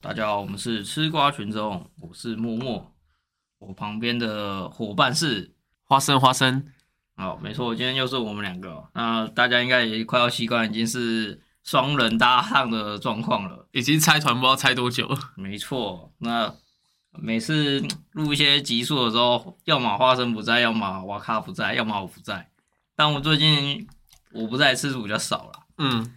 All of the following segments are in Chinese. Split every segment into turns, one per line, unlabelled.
大家好，我们是吃瓜群众，我是默默，我旁边的伙伴是，
花生花生，
好，没错，今天又是我们两个哦。那大家应该也快要习惯，已经是双人搭档的状况了。
已经拆团不知道拆多久了。
没错，那每次嗯录一些集数的时候，要么花生不在，要么瓦卡不在，要么我不在。但我最近我不在次数比较少了。
嗯，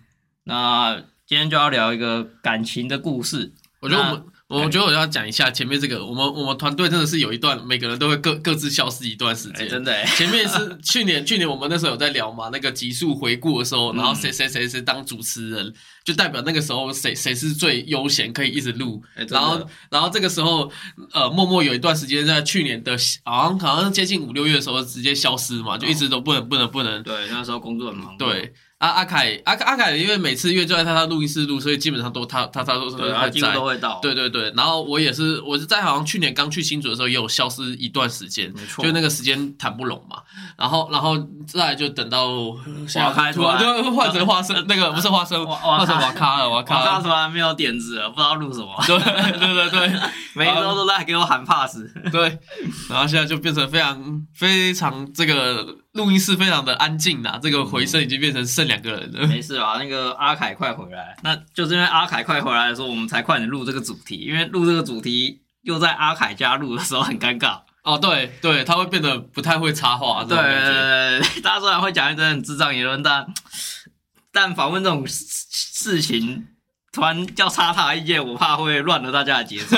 那今天就要聊一个感情的故事。
我觉得我们，
哎
我觉得我要讲一下前面这个，我们我们团队真的是有一段，每个人都会各各自消失一段时
哎、
间。
真的、哎，
前面是去年，去年我们那时候有在聊嘛，那个集数回顾的时
嗯
候，然后谁谁谁谁当主持人，就代表那个时候谁谁是最悠闲，可以一直录。
哎真的
然后，然后这个时候，呃，默默有一段时间在去年的好像好像接近五六月的时候直接消失
哦
嘛，就一直都不能不能不能
对，那时候工作很忙。
对，阿阿凯阿阿凯，因为每次约就在他他录音室录，所以基本上都他他他都是
对，他
会
几乎
在
都。会到。
对对对，然后我也是，我是在好像去年刚去新竹的时候，也有消失一段时间，
没错
就那个时间谈不拢嘛。然后然后再来就等到
华开
突
出来
然就换成花生，那个不是花生，
哇
换成
哇
瓦卡了，瓦
我
卡
刚
了。
突然没有点子了，不知道录什 么，
对对对对，
每一周都在给我喊 pass。
对，然后现在就变成非常非常这个录音室非常的安静啦，这个回声已经变成剩两个人了。
没事啦，那个阿凯快回来，那就是因为阿凯快回来的时候，我们才快点录这个主题，因为录这个主题又在阿凯家录的时候很尴尬。
哦，对对，他会变得不太会插话，这
对
种感觉
大家虽然会讲一堆很智障言论，但但访问这种事事情，突然要插他意见，我怕会乱了大家的节奏。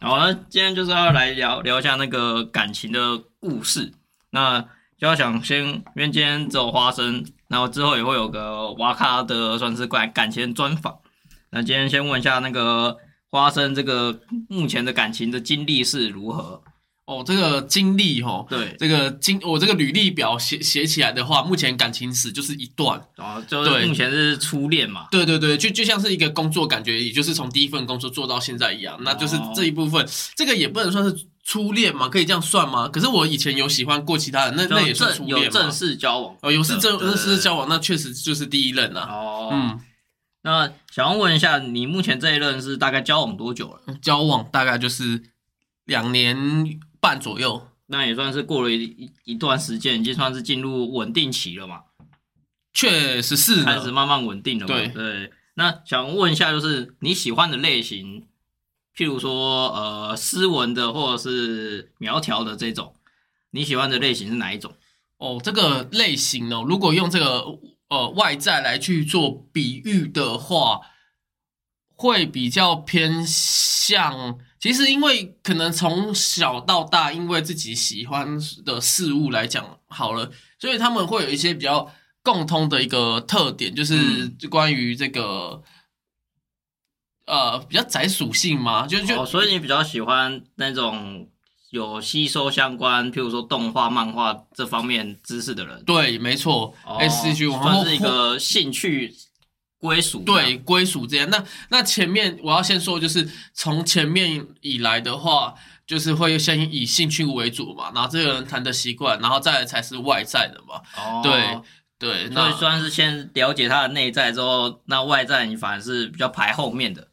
好，那今天就是要来聊聊一下那个感情的故事。那就要想先，因为今天只有花生，然后之后也会有个哇咖的算是感感情专访。那今天先问一下那个花生，这个目前的感情的经历是如何？
哦，这个经历哈，
对，
这个经我这个履历表写写起来的话，目前感情史就是一段。
哦，就是
对
目前是初恋嘛，
对对对，就就像是一个工作，感觉也就是从第一份工作做到现在一样，那就是
哦
这一部分，这个也不能算是初恋嘛，可以这样算吗？可是我以前有喜欢过其他人，那那
就
也算初
正有
恋嘛
正。式交往
哦，有是正
对对
正式
对
交往，那确实就是第一任啊。
哦。
嗯，
那想要问一下，你目前这一任是大概交往多久了？
嗯交往大概就是两年半左右。
那也算是过了一一一段时间，已经算是进入稳定期了嘛，
确实是
开始
呢，
慢慢稳定了嘛。
对
对。那想问一下，就是你喜欢的类型，譬如说呃斯文的或者是苗条的这种，你喜欢的类型是哪一种？
哦，这个类型哦，如果用这个呃外在来去做比喻的话，会比较偏向。其实，因为可能从小到大，因为自己喜欢的事物来讲好了，所以他们会有一些比较共通的一个特点，就是
嗯
关于这个、呃比较宅属性嘛，就就、
哦，所以你比较喜欢那种有吸收相关，譬如说动画、漫画这方面知识的人。
对，没错、
哦
s C G 文化
算是一个兴趣归属。
对，归属这样。那那前面我要先说，就是从前面以来的话，就是会先以兴趣为主嘛，然后这个人谈的习惯，然后再来才是外在的嘛。
哦，
对对，
所以
那
算是先了解他的内在之后，那外在你反而是比较排后面的。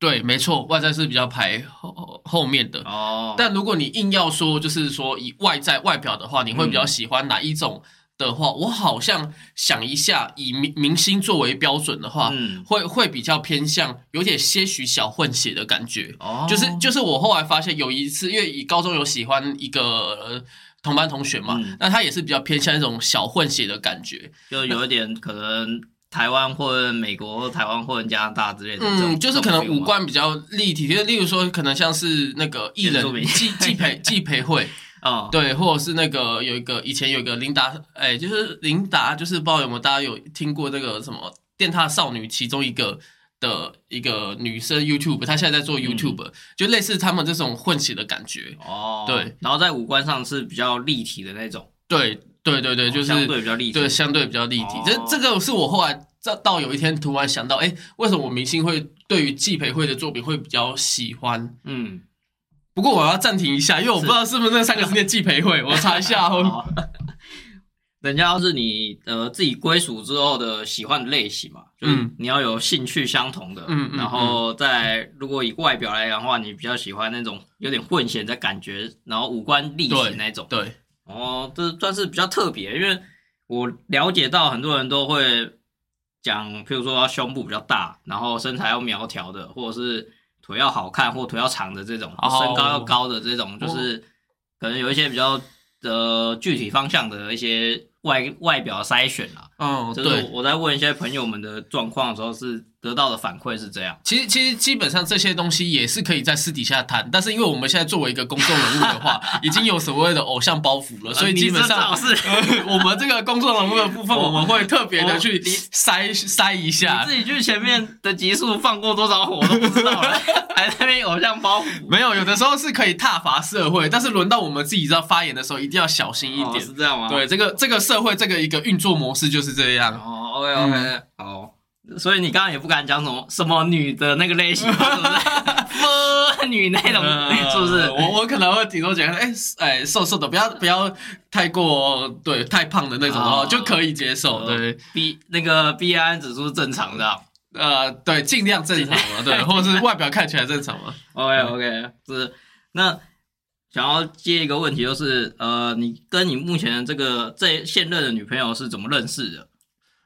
对，没错，外在是比较排后后面的。
哦，
但如果你硬要说，就是说以外在外表的话，你会比较喜欢哪一种的话？我好像想一下，以明明星作为标准的话，
嗯，
会会比较偏向有点些许小混血的感觉。
哦，
啊就是就是我后来发现有一次，因为高中有喜欢一个呃同班同学嘛，
嗯
那他也是比较偏向那种小混血的感觉，
就有一点可能台湾混美国、台湾混加拿大之类的这种。啊
嗯，就是
这
可
种
能
feel
五
吗。
官比较立体，就是例如说可能像是那个艺
原住民
人季季培季培慧，
哦，
对，或者是那个有一个以前有一个琳达，哎、就是琳达，就是不知道有没有大家有听过这个什么电踏少女其中一个。的一个女生 YouTube，她现在在
嗯
做 YouTube，、就类似他们这种混血的感觉，
哦，
对，
然后在五官上是比较立体的那种，哦
对对对对，就是
相对比较立体。
对，相对比较立体
哦。
这、这个是我后来到到有一天突然想到，哎，为什么我明星会对于季培慧的作品会比较喜欢？
嗯，
不过我要暂停一下，因为我
是
不知道是不是那三个字念季培慧，我查一下哦。
好。人家要是你呃自己归属之后的喜欢的类型嘛，就是
嗯
你要有兴趣相同的，
嗯嗯
然后再如果以外表来讲的话，你比较喜欢那种有点混血的感觉，然后五官立体那种，
对，
哦，这算是比较特别，因为我了解到很多人都会讲，譬如说他胸部比较大，然后身材要苗条的，或者是腿要好看或腿要长的这种，
哦
身高要高的这种，就是可能有一些比较呃具体方向的一些外外表筛选啦。
嗯，
就
对
哦是，我在问一些朋友们的状况的时候，是得到的反馈是这样。
其实其实基本上这些东西也是可以在私底下谈，但是因为我们现在作为一个公众人物 的话，已经有所谓的偶像包袱了，所以基本上、
呃 你这倒是
呃我们这个公众人物的部分，
我
我们会特别的
我
去
哦你
筛筛一
你
下。
自己去前面的集数放过多少火都不知道 了，还在那边偶像包袱。
没有，有的时候是可以踏伐社会，但是轮到我们自己要发言的时候，一定要小心一
哦
点。
是这样吗？
对，这个这个社会这个一个运作模式就是这样。
哦，OK
嗯
OK，、好。所以你刚刚也不敢讲什么什么女的那个类型，是 不是？妇女那种，
嗯
是不是？
我我可能会顶多讲，哎、哎、瘦瘦的，不要不要太过对太胖的那种哦，
哦
就可以接受。
嗯
对，
B 那个 B I N 指数是正常的啊。
呃，对，尽量正常 嘛，对，或者是外表看起来正常嘛。
OK OK，是。那想要接一个问题，就是呃，你跟你目前的这个这现任的女朋友是怎么认识的？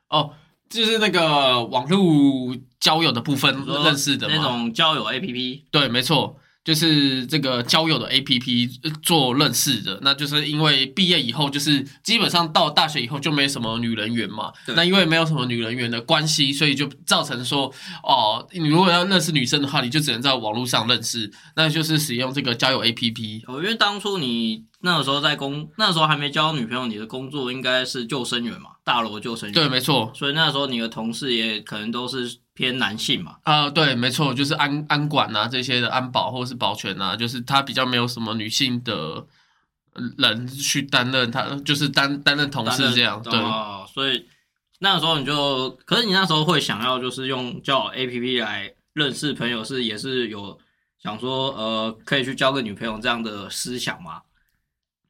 哦，就是那个网络交友的部分
比如说
认识的
那
嘛，
种交友 A P P
对，没错，就是这个交友的 APP 呃做认识的。那就是因为毕业以后，就是基本上到大学以后就没什么女人缘嘛。
对
那因为没有什么女人缘的关系，所以就造成说，哦，你如果要认识女生的话，你就只能在网络上认识，那就是使用这个交友 APP。
哦，因为当初你那个时候在工，那时候还没交女朋友，你的工作应该是救生员嘛，大楼救生员。
对，没错。
所以那时候你的同事也可能都是偏男性嘛。
啊、对，没错，就是安安管啊这些的安保或者是保全啊，就是他比较没有什么女性的呃人去担任他，就是担担任同事这样，对，
哦，所以那时候你就，可是你那时候会想要就是用交友 A P P 来认识朋友，是也是有想说呃可以去交个女朋友这样的思想吗？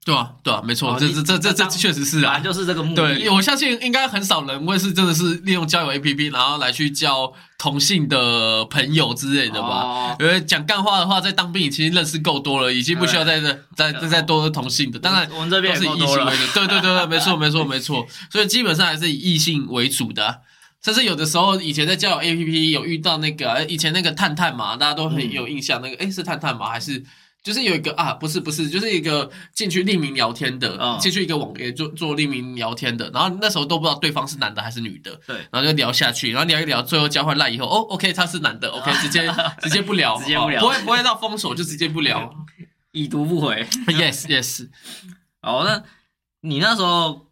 对啊，对啊，没错，
哦
这
你
这这这这
当
确实是啊
反正，就是这个目的。
对，我相信应该很少人会是真的是利用交友 APP 然后来去交同性的朋友之类的吧。
哦
因为讲干话的话，在当兵已经认识够多了，已经不需要再再再再再多同性的。当然，
我们这
都
边
是
也
以
够
异
多
性
了
为。主，对对对 对，没错没错没错，所以基本上还是以异性为主的啊、甚至有的时候，以前在交友 A P P 有遇到那个呃以前那个探探嘛，大家都很
嗯
有印象。那个诶是探探吗？还是就是有一个啊，不是不是，就是一个进去匿名聊天的，
嗯
进去一个网页做做匿名聊天的，然后那时候都不知道对方是男的还是女的，
对
然后就聊下去，然后聊一聊，最后交换赖以后，哦，OK，他是男的，OK，直接直接不聊，
直接不聊
哦不会不会到封锁，就直接不聊。
已读不回。
yes yes，
哦，那你那时候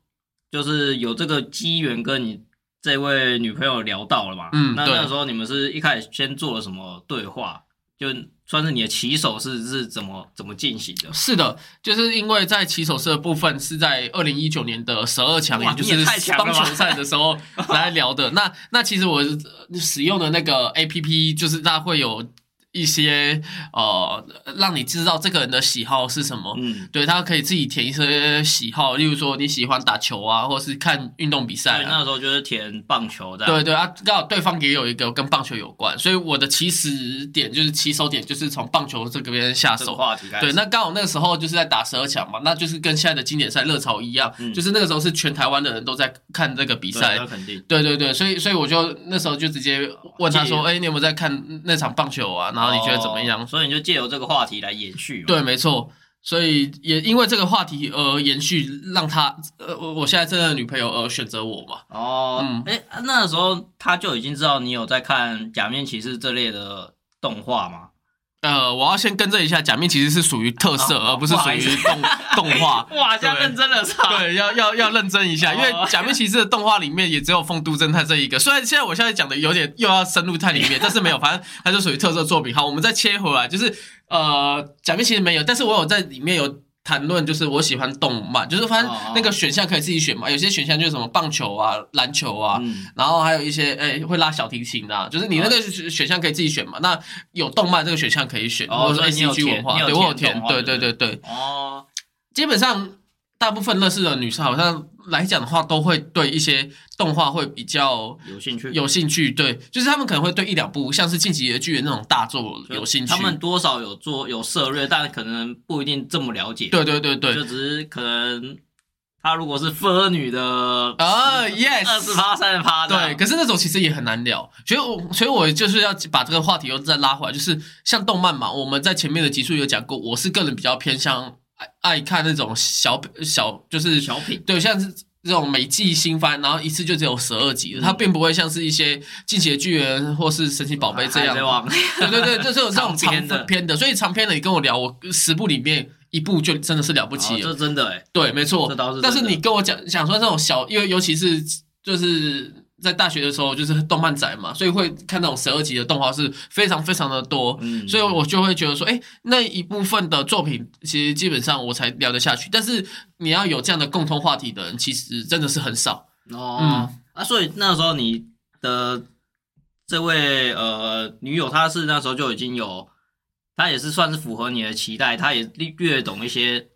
就是有这个机缘跟你这位女朋友聊到了嘛？
嗯
那
对
那时候你们是一开始先做了什么对话？就算是你的起手是是怎么怎么进行的？
是的，就是因为在骑手社的部分是在二零一九年的十二强，
哇
就
你
是
也太强了
棒
吧
球赛的 时候来聊的。那那其实我呃使用的那个 A P P，就是它会有一些呃，让你知道这个人的喜好是什么。
嗯，
对他可以自己填一些喜好，例如说你喜欢打球啊，或是看运动比
所
赛
以
啊。
那时候就是填棒球的。
对对啊，刚好对方也有一个跟棒球有关，所以我的起始点就是起手点就是从棒球这个边下
这个
手。
话题开始。
对，那刚好那个时候就是在打十二强嘛，那就是跟现在的经典赛热潮一样，
嗯
就是那个时候是全台湾的人都在看这个比
对
赛
那。肯定。
对对对，所以所以我就那时候就直接问他说：“
哦
哎、你有没有在看那场棒球啊？然后你觉得怎么样？”
哦所以你就借由这个话题来延续嘛。
对，没错。所以也因为这个话题而延续，让他呃，我我现在这个女朋友而选择我嘛。
哦
嗯，
哎、那时候他就已经知道你有在看《假面骑士》这类的动画吗？
呃，我要先更正一下，假面其实是属于特色，
哦
而不是
不
属
好意
于
思
动动 画。
哇，这样
对
认真了是吧？
对，要要要认真一下，因为
哦
假面骑士的动画里面也只有《风都侦探》这一个。虽然现在我现在讲的有点又要深入太里 面，但是没有，反正它就属于特色作品。好，我们再切回来，就是呃，假面骑士没有，但是我有在里面有。谈论就是我喜欢动漫，就是反正
哦哦
那个选项可以自己选嘛，有些选项就是什么棒球啊、篮球啊，
嗯，
然后还有一些诶、会拉小提琴的啊、就是你那
哦
个选选项可以自己选嘛。那有动漫这个选项可以选，
哦
或者
所以你有
A C G 文
填
化，
你有
对我有
填
填
动，画
对
对
对对对。
哦，
基本上大部分认识的女生好像来讲的话，都会对一些动画会比较
有兴趣
有兴趣。对，就是他们可能会对一两部像是《进击的巨人》那种大作有兴趣。
他们多少有做有涉略，但可能不一定这么了解。
对对对
就
对
只是可能他如果是腐女的
啊
二十
，yes，
趴、三十趴的，
对。可是那种其实也很难聊，所以我所以我就是要把这个话题又再拉回来，就是像动漫嘛，我们在前面的集数有讲过，我是个人比较偏向爱爱看那种小小就是
小品
对，像是这种每季新番，然后一次就只有十二集的，它并不会像是一些《进击的巨人》或是《神奇宝贝》这
海
样
贼。王
对对 对，就是有这种
啊长篇
长
的
篇的，所以长篇的你跟我聊，我十部里面一部就真的是了不
哦
起了。
这真的哎、
对，没错
这倒是。
但是
真的
你跟我讲讲说这种小，因为尤其是就是在大学的时候，就是动漫宅嘛，所以会看那种十二集的动画是非常非常的多。
嗯，
所以我就会觉得说，哎、那一部分的作品其实基本上我才聊得下去，但是你要有这样的共通话题的人，其实真的是很少。
哦、
嗯
啊，所以那时候你的这位呃女友，她是那时候就已经有，她也是算是符合你的期待，她也略略懂一些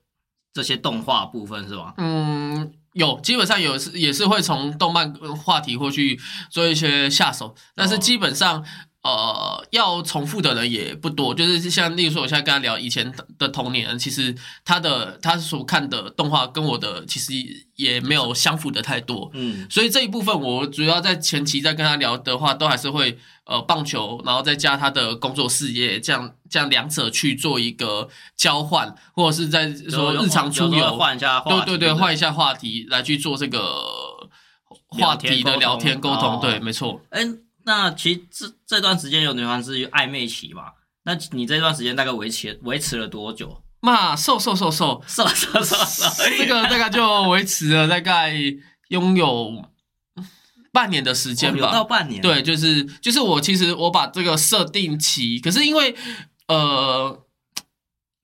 这些动画部分是吧？
嗯，有基本上有是也是会从动漫话题或去做一些下手，但
哦
是基本上。呃，要重复的人也不多，就是像例如说，我现在跟他聊以前的童年，其实他的他所看的动画跟我的其实也没有相符的太多，
嗯，
所以这一部分我主要在前期在跟他聊的话，都还是会呃棒球，然后再加他的工作事业，这样这样两者去做一个交换，或者是在说
有
日常出
有时候
游，
换一下话
对
题，
对对，换一下话题来去做这个话题的
聊
聊
天
天
沟
沟
通
通，
哦
对，没错。
哎、那其实这这段时间有女团是暧昧期嘛？那你这段时间大概维持维持了多久？，
嘛，瘦瘦瘦瘦
是是是是，
这个大概就维持了大概拥有半年的时间
哦有
吧，
到半年，，
对，就是就是我其实我把这个设定期，可是因为呃。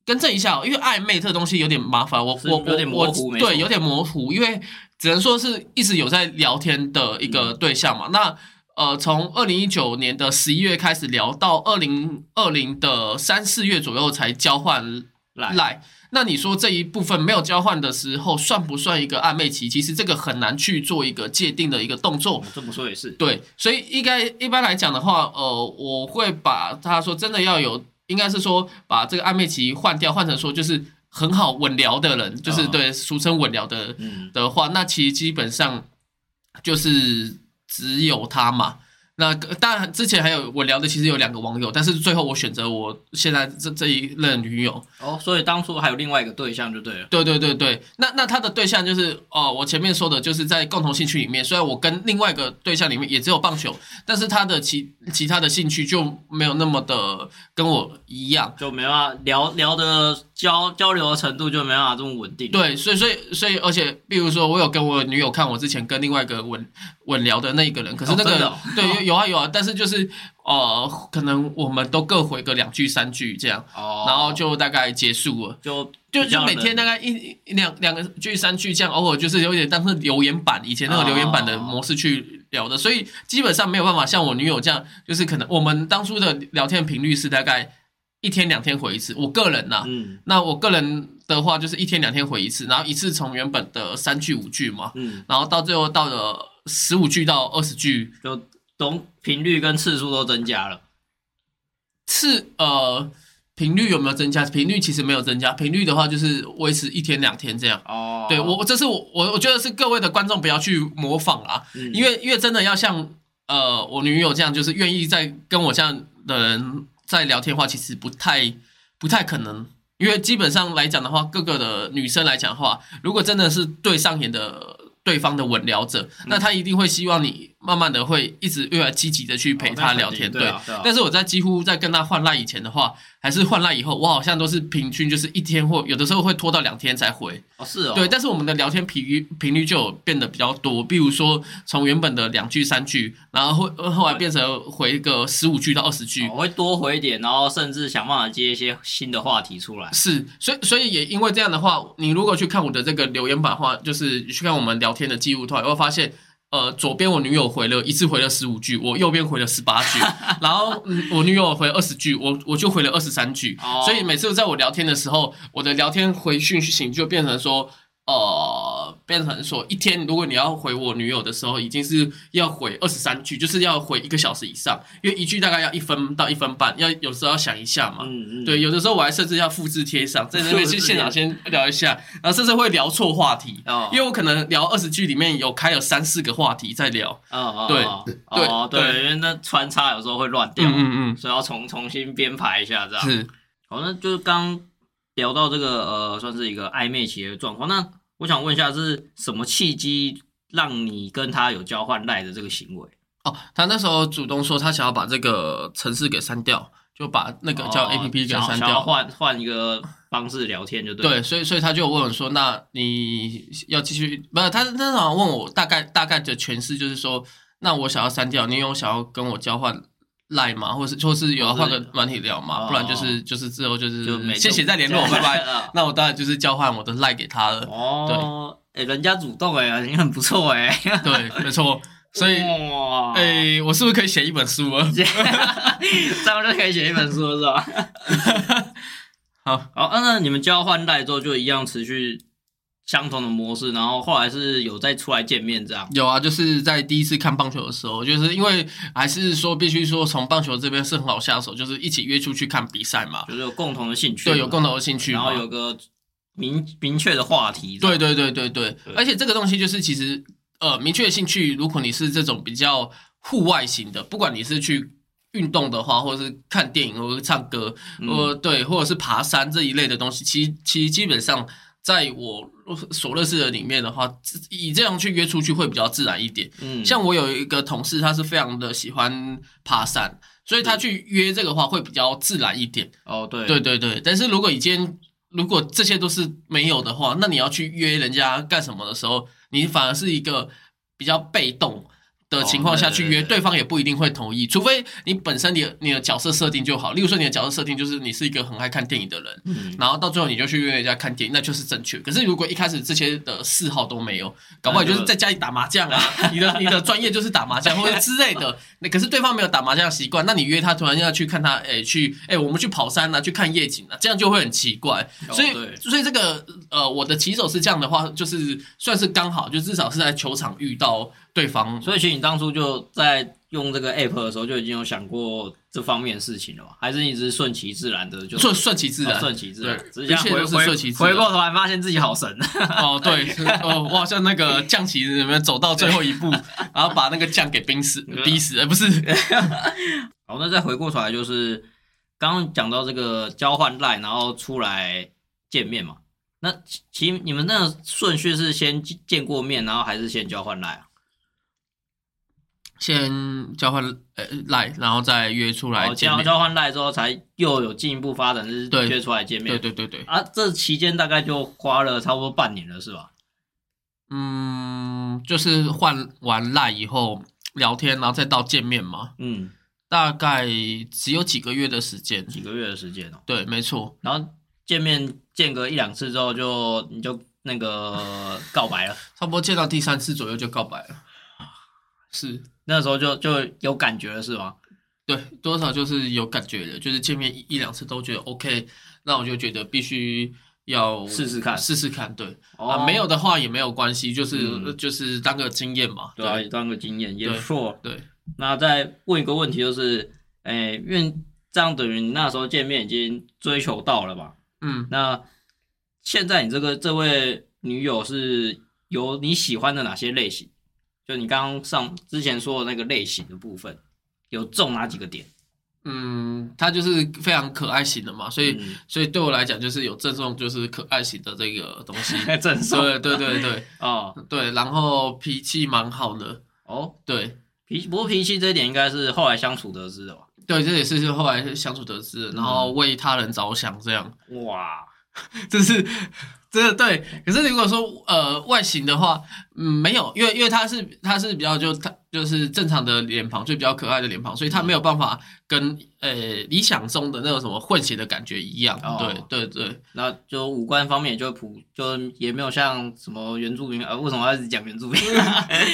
更正一下哦，因为暧昧这个东西有点麻烦，我
是
我
有点
我
模糊
我
没错
对，有点模糊，因为只能说是一直有在聊天的一
嗯
个对象嘛。那呃，从二零一九年的十一月开始聊到二零二零的三四月左右才交换
来，
来，那你说这一部分没有交换的时候，算不算一个暧昧期？其实这个很难去做一个界定的一个动作
哦。这么说也是，
对，所以应该一般来讲的话，呃，我会把他说真的要有，应该是说把这个暧昧期换掉，换成说就是很好稳聊的人，就是、
哦
对俗称稳聊的
嗯，
的话，那其实基本上就是只有他嘛。那个当然之前还有我聊的，其实有两个网友，但是最后我选择我现在这这一任女友。
哦，所以当初还有另外一个对象就对了，
对对对对，那那他的对象就是哦、呃我前面说的就是在共同兴趣里面，虽然我跟另外一个对象里面也只有棒球，但是他的其其他的兴趣就没有那么的跟我一样。
就没办法聊聊的交交流的程度就没办法这么稳定，，
对，所以所以所以，而且，比如说，我有跟我女友看我之前跟另外一个稳稳聊的那一个人，可是那
真的
个、
哦
对有有啊有啊，但是就是呃，可能我们都各回个两句三句这样，
哦，
然后就大概结束了。
就比
就就
较
每天
冷
大概一一一两两个句三句这样，偶尔就是有点当是留言板以前那个留言板的
哦
模式去聊的，所以基本上没有办法像我女友这样，就是可能我们当初的聊天频率是大概一天两天回一次。我个人呐、
嗯
那我个人的话就是一天两天回一次，然后一次从原本的三句五句嘛，
嗯，
然后到最后到了十五句到二十句
就总频率跟次数都增加了，
次，呃，频率有没有增加？频率其实没有增加，频率的话就是维持一天两天这样。
哦，
对我，我这是我我我觉得是各位的观众不要去模仿啦，
嗯，
因为因为真的要像呃我女友这样，就是愿意在跟我这样的人在聊天的话，其实不太不太可能。因为基本上来讲的话，各个的女生来讲的话，如果真的是对上眼的对方的稳聊者，
嗯
那她一定会希望你慢慢的会一直越来积极的去陪
哦
她聊天，
那肯定对啊对啊
但是我在几乎在跟她换赖以前的话，还是换赖以后，我好像都是平均就是一天或有的时候会拖到两天才回。
哦是哦，
对，但是我们的聊天频率频率就有变得比较多，比如说从原本的两句三句，然后后后来变成回个十五句到二十句。
哦我会多回一点，然后甚至想办法接一些新的话题出来。
是，所以所以也因为这样的话，你如果去看我的这个留言板的话，就是去看我们聊天的记录的话，你会发现，呃，左边我女友回了一次回了十五句，我右边回了十八句， 然后嗯我女友回二十句，我我就回了二十三句，
哦
所以每次在我聊天的时候，我的聊天回讯息就变成说。呃，变成说一天，如果你要回我女友的时候，已经是要回二十三句，就是要回一个小时以上，因为一句大概要一分到一分半，要有时候要想一下嘛。
嗯嗯，
对，有的时候我还甚至要复制贴上，在那边去现场先聊一下，然后甚至会聊错话题，
哦，
因为我可能聊二十句里面有开有三四个话题在聊。
哦哦，
对
哦哦
对
对，因为那穿插有时候会乱掉，
嗯嗯
所以要重重新编排一下这
嗯，
样。
是，
好，那就是刚聊到这个呃，算是一个暧昧期的状况。那我想问一下，是什么契机让你跟他有交换赖的这个行为？
哦，他那时候主动说他想要把这个城市给删掉，就把那个叫
哦
A P P 给
想
删
想要
掉。
换换一个方式聊天就对。
对，，所以所以他就问我说：“那你要继续？”不是，他他那时候好像问我大概大概的诠释就是说，那我想要删掉，你有想要跟我交换赖吗？或是或是有要换个软体聊吗？
哦
不然就是就是之后就是
就每
谢谢再联络，拜 拜。
拜。
那我当然就是交换我的赖给他了。
哦，哎、人家主动哎、你很不错哎、
对，没错。所以，
哇，
诶、我是不是可以写一本书啊？
这样就可以写一本书了是吧？
好，
好，啊那你们交换赖之后就一样持续相同的模式，然后后来是有再出来见面这样。
有啊，就是在第一次看棒球的时候，就是因为还是说必须说从棒球这边是很好下手，就是一起约出去看比赛嘛。
就是有共同的兴趣嘛，
对，有共同的兴趣
然
嘛，
后有个明明确的话题，
对，对对对对
对，
而且这个东西就是其实呃，明确的兴趣，如果你是这种比较户外型的，不管你是去运动的话，或者是看电影，或者是唱歌，
嗯
呃，对，或者是爬山这一类的东西，其实其实基本上在我所认识的里面的话，自以这样去约出去会比较自然一点。
嗯，
像我有一个同事，他是非常的喜欢爬山，所以他去约这个话会比较自然一点。
哦，对，
对对对，但是如果已经如果这些都是没有的话，那你要去约人家干什么的时候，你反而是一个比较被动的情况下
哦对
去
对
约，
对
对方也不一定会同意，除非你本身你的你的角色设定就好，例如说你的角色设定就是你是一个很爱看电影的人。
嗯，
然后到最后你就去约人家看电影，那就是正确。可是如果一开始这些的嗜好都没有，搞不好你就是在家里打麻 将啊，你的你的专业就是打麻将或者之类的。那可是对方没有打麻将的习惯，那你约他突然要去看他，哎，去哎，我们去跑山啊，去看夜景啊，这样就会很奇怪。
哦
所以
对
所以这个呃，我的起手是这样的话，就是算是刚好，就至少是在球场遇到对方。
所以其实你当初就在用这个 app 的时候就已经有想过这方面的事情了嘛？还是你只是顺其自然的就
顺顺其自然
哦，顺其自然，
对
只是现在
一切
回
都是
回
顺其自然
回过头来发现自己好神，
哦，对，是
哎
哦，我好像那个降旗里面走到最后一 步，然后把那个降给冰死，逼死，哎，不是，
好，那再回过头来就是刚刚讲到这个交换赖，然后出来见面嘛。那其其你们那个顺序是先见见过面，然后还是先交换赖啊？
先交换呃赖，然后再约出来
然后哦
见
交
面。
交换赖之后，才又有进一步发展，就是
对
约出来见面。
对对对对，
啊，这期间大概就花了差不多半年了，是吧？
嗯，就是换完赖以后聊天，然后再到见面嘛，
嗯，
大概只有几个月的时间。
几个月的时间哦、
对，没错，
然后见面见个一两次之后就，你就那个告白了，
差不多见到第三次左右就告白了。是，
那时候就就有感觉了，是吗？
对，多少就是有感觉的，就是见面一一两次都觉得 OK，那我就觉得必须要
试试看哦
试试看。对、啊，没有的话也没有关系，就是、
嗯
就是当个经验嘛。
对啊，也当个经验也不
对
错。
对，
那再问一个问题，就是，哎、因为这样等于你那时候见面已经追求到了吧？
嗯，
那现在你这个这位女友是有你喜欢的哪些类型？就你刚刚上之前说的那个类型的部分，有中哪几个点？
嗯，他就是非常可爱型的嘛，所以、
嗯
所以对我来讲就是有赠送就是可爱型的这个东西。
正说
对对对对
哦
对，然后脾气蛮好的，
哦，
对
脾不过脾气这一点应该是后来相处得知的吧？
对，这也是后来相处得知的，然
嗯
后为他人着想这样，
哇，
这是真的对。可是如果说呃外形的话，嗯，没有，因为因为他是他是比较就他就是正常的脸庞，就比较可爱的脸庞，所以他
嗯
没有办法跟呃理想中的那种什么混血的感觉一样。
哦
对对对，
那就五官方面也就普，就也没有像什么原住民啊，为什么要一直讲原 住民？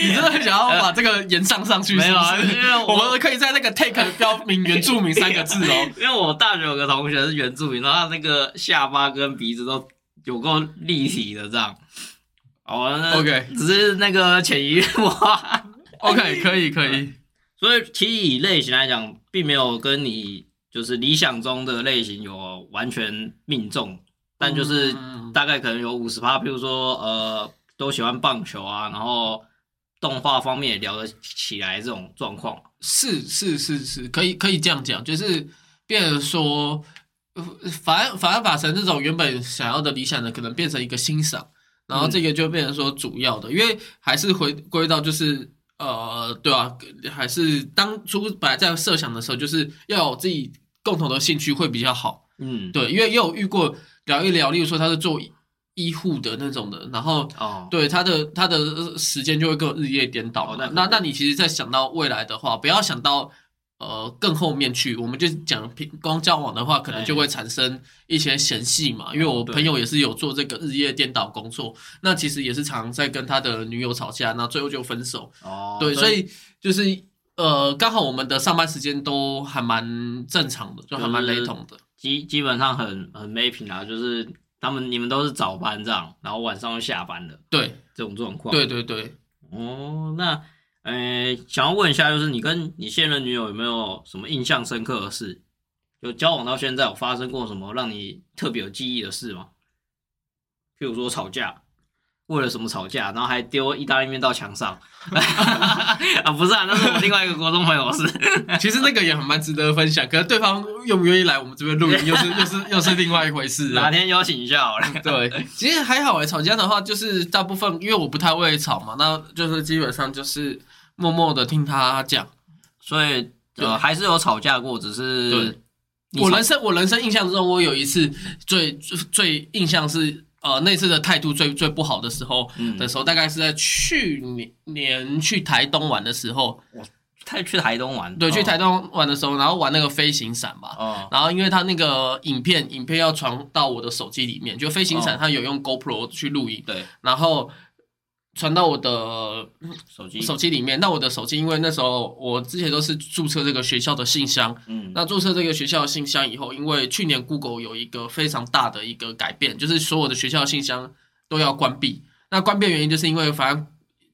你真的很想要把这个延上上去
没
是
有
不
啊
是？
因为我
我们可以在那个 take 标明原住民三个字 哦。
因为我大学有个同学是原住民，然后他那个下巴跟鼻子都有够立体的这样，好啊那
OK
只是那个潜移默化。
OK，可以可以，
所以其实以类型来讲，并没有跟你就是理想中的类型有完全命中，但就是
嗯
大概可能有五十趴，譬如说呃都喜欢棒球啊，然后动画方面也聊得起来这种状况。
是是是是，可以可以这样讲，就是变成说，呃反而反而把神这种原本想要的理想的，可能变成一个欣赏，然后这个就变成说主要的，因为还是回归到就是呃，对啊，还是当初本来在设想的时候，就是要有自己共同的兴趣会比较好。
嗯，
对，因为也有遇过聊一聊，例如说他是做医护的那种的，然后
哦，
对他的他的呃时间就会更日夜颠倒嘛。
哦那可
那
能
那你其实，在想到未来的话，不要想到呃更后面去，我们就讲平光交往的话，可能
对
就会产生一些嫌隙嘛。因为我
对
朋友也是有做这个日夜颠倒工作，那其实也是常在跟他的女友吵架，那最后就分手。
哦，
对，所以就是。呃，刚好我们的上班时间都还蛮正常的，就还蛮
就是
雷同的。
基基本上很很没品啊，就是他们你们都是早班这样，然后晚上就下班了
对，
这种状况。
对对对，
哦，那呃，想要问一下，就是你跟你现任女友有没有什么印象深刻的事？有交往到现在，有发生过什么让你特别有记忆的事吗？譬如说吵架，为了什么吵架，然后还丢意大利面到墙上。 啊，不是啊，那是我另外一个国中朋友的 事。
其实那个也很蛮值得分享，可是对方愿不愿意来我们这边录音，又是又是又是另外一回事
哪
了。
天邀请一下好了。
对，其实还好诶、欸吵架的话就是大部分因为我不太会吵嘛，那就是基本上就是默默的听他讲。
所以
对
呃，还是有吵架过，只是
对
你
我
吵
人生我人生印象中，我有一次最最最印象是呃那次的态度最最不好的时候
嗯
的时候，大概是在去年年去台东玩的时候，
他去台东玩，
对，去
哦
台东玩的时候，然后玩那个飞行伞嘛，
哦
然后因为它那个影片，影片要传到我的手机里面，就飞行伞
哦
它有用 GoPro 去录影，
对
然后传到我的
手机
手机里面。那我的手机因为那时候我之前都是注册这个学校的信箱，
嗯
那注册这个学校的信箱以后，因为去年 Google 有一个非常大的一个改变，就是所有的学校信箱都要关闭。那关闭的原因就是因为反正。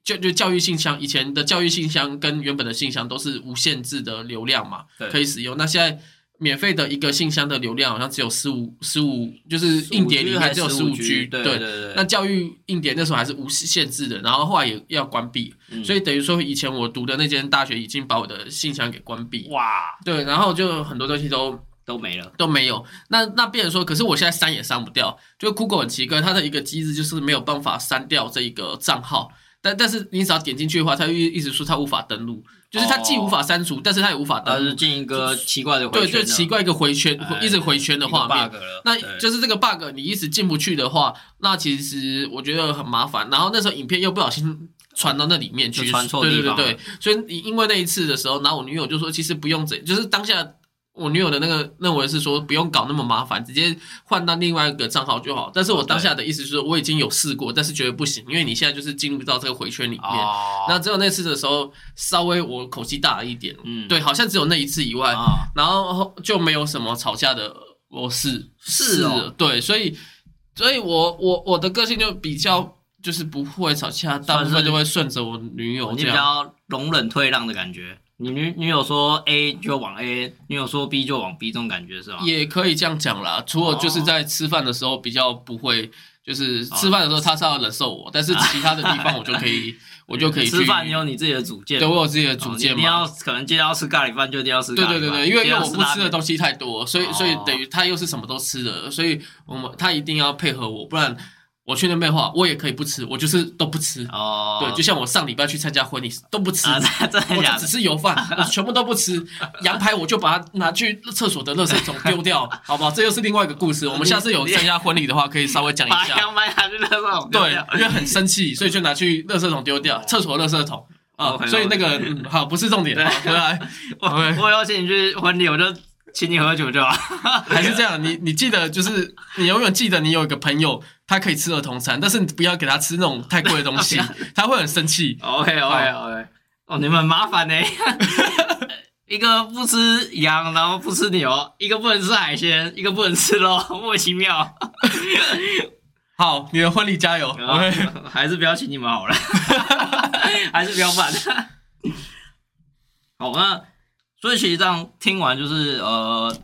就就教育信箱，以前的教育信箱跟原本的信箱都是无限制的流量嘛，
对
可以使用。那现在免费的一个信箱的流量好像只有十五十五，就是硬碟里面只有十五 G，
对对对，
那教育硬碟那时候还是无限制的，然后后来也要关闭，
嗯
所以等于说以前我读的那间大学已经把我的信箱给关闭，
哇
对，然后就很多东西都
都没了，
都没有。那那变成说，可是我现在删也删不掉，就 Google 很奇怪，它的一个机制就是没有办法删掉这一个账号。但但是你只要点进去的话，它就一一直说它无法登录，就是它既无法删除，但是它也无法
但
登
哦是
录。
进一个奇怪的回
对，
圈
呃就
了
奇怪一个回圈，
哎
一直回圈的
一个
画面。
bug 了，
那
对
就是这个 bug，你一直进不去的话，那其实我觉得很麻烦。然后那时候影片又不小心传到那里面去，
就传错
对对
地
对
方
对。所以因为那一次的时候，然后我女友就说，其实不用这，就是当下我女友的那个认为是说不用搞那么麻烦，直接换到另外一个账号就好。但
哦
是我当下的意思是，我已经有试过，但是觉得不行，因为你现在就是进入到这个回圈里面。
哦，
那只有那次的时候，稍微我口气大了一点，
嗯
对，好像只有那一次以外，
啊
然后就没有什么吵架的模式，
是哦
对，所以，所以我我我的个性就比较就是不会吵架，大部分就会顺着我女友
哦你比
这样。
较容忍退让的感觉，你女女友说 A 就往 A，女友说 B 就往 B 这种感觉是吗？
也可以这样讲啦，除了就是在吃饭的时候比较不会，就是吃饭的时候他是要忍受我，但是其他的地方我就可 以，我就可以去
哎吃饭，你有你自己的主见
对，我有自己的
哦
主
你
见
一定
嘛。
要可能今天要吃咖喱饭就一定要吃咖
对
喱
对
饭，
对对，因为因为我不吃的
都
东西太多，所以所以
哦
等于他又是什么都吃的，所以我们他一定要配合我，不然我去那边的话，我也可以不吃，我就是都不吃。
哦，
对，就像我上礼拜去参加婚礼都不吃，
啊，真的
我
假的
就只？吃油饭，我全部都不 吃。羊排我就把它拿去厕所的垃圾桶丢 掉，好不好？这又是另外一个故事。我们下次有参加婚礼的话，可以稍微讲
把
一下。
羊排拿去垃圾桶丢
对
掉，
因为很生气，所以就拿去垃圾桶丢掉，厕所的垃圾桶啊。
OK，OK
所以那个嗯好不是重点，
对
好回来。
我
OK
我邀请你去婚礼，我就请你喝酒就好。
还是这样，你你记得就是你永远记得你有一个朋友，他可以吃儿童餐，但是你不要给他吃那种太贵的东 西，他会很生气。
OK OK OK，哦，你们很麻烦呢、 一个不吃羊，然后不 吃牛；一个不能吃海鲜，一个不能吃肉，莫名其妙。
好，你的婚礼加油。
啊 还是不要请你们好了，还是不要办。 好，那所以其实这样听完就是呃，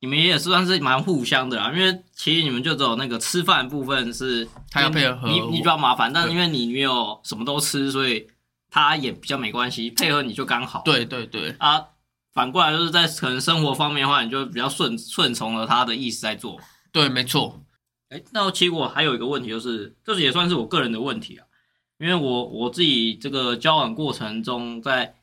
你们也是算是蛮互相的啦，啊因为其实你们就只有那个吃饭部分是
他要配合
你，
我
你比较麻烦，但
对
因为你没有什么都吃，所以他也比较没关系，配合你就刚好。
对对对，
啊，反过来就是在可能生活方面的话，你就比较顺顺从了他的意思在做。
对，没错，
哎，那其实我还有一个问题，就是这也算是我个人的问题啊，因为我我自己这个交往过程中，在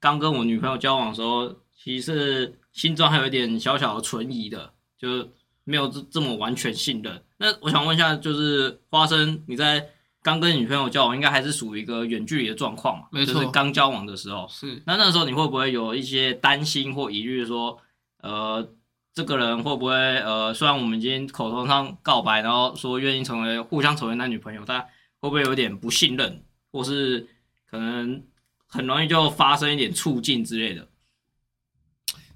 刚跟我女朋友交往的时候，其实是心中还有一点小小的存疑的，就是没有这这么完全信任。那我想问一下，就是花生，你在刚跟女朋友交往，应该还是属于一个远距离的状况嘛？
没错
就是刚交往的时候。
是
那那时候你会不会有一些担心或疑虑，说，呃，这个人会不会，呃，虽然我们已经口头上告白，然后说愿意成为互相成为男女朋友，但会不会有点不信任，或是可能很容易就发生一点促进之类的？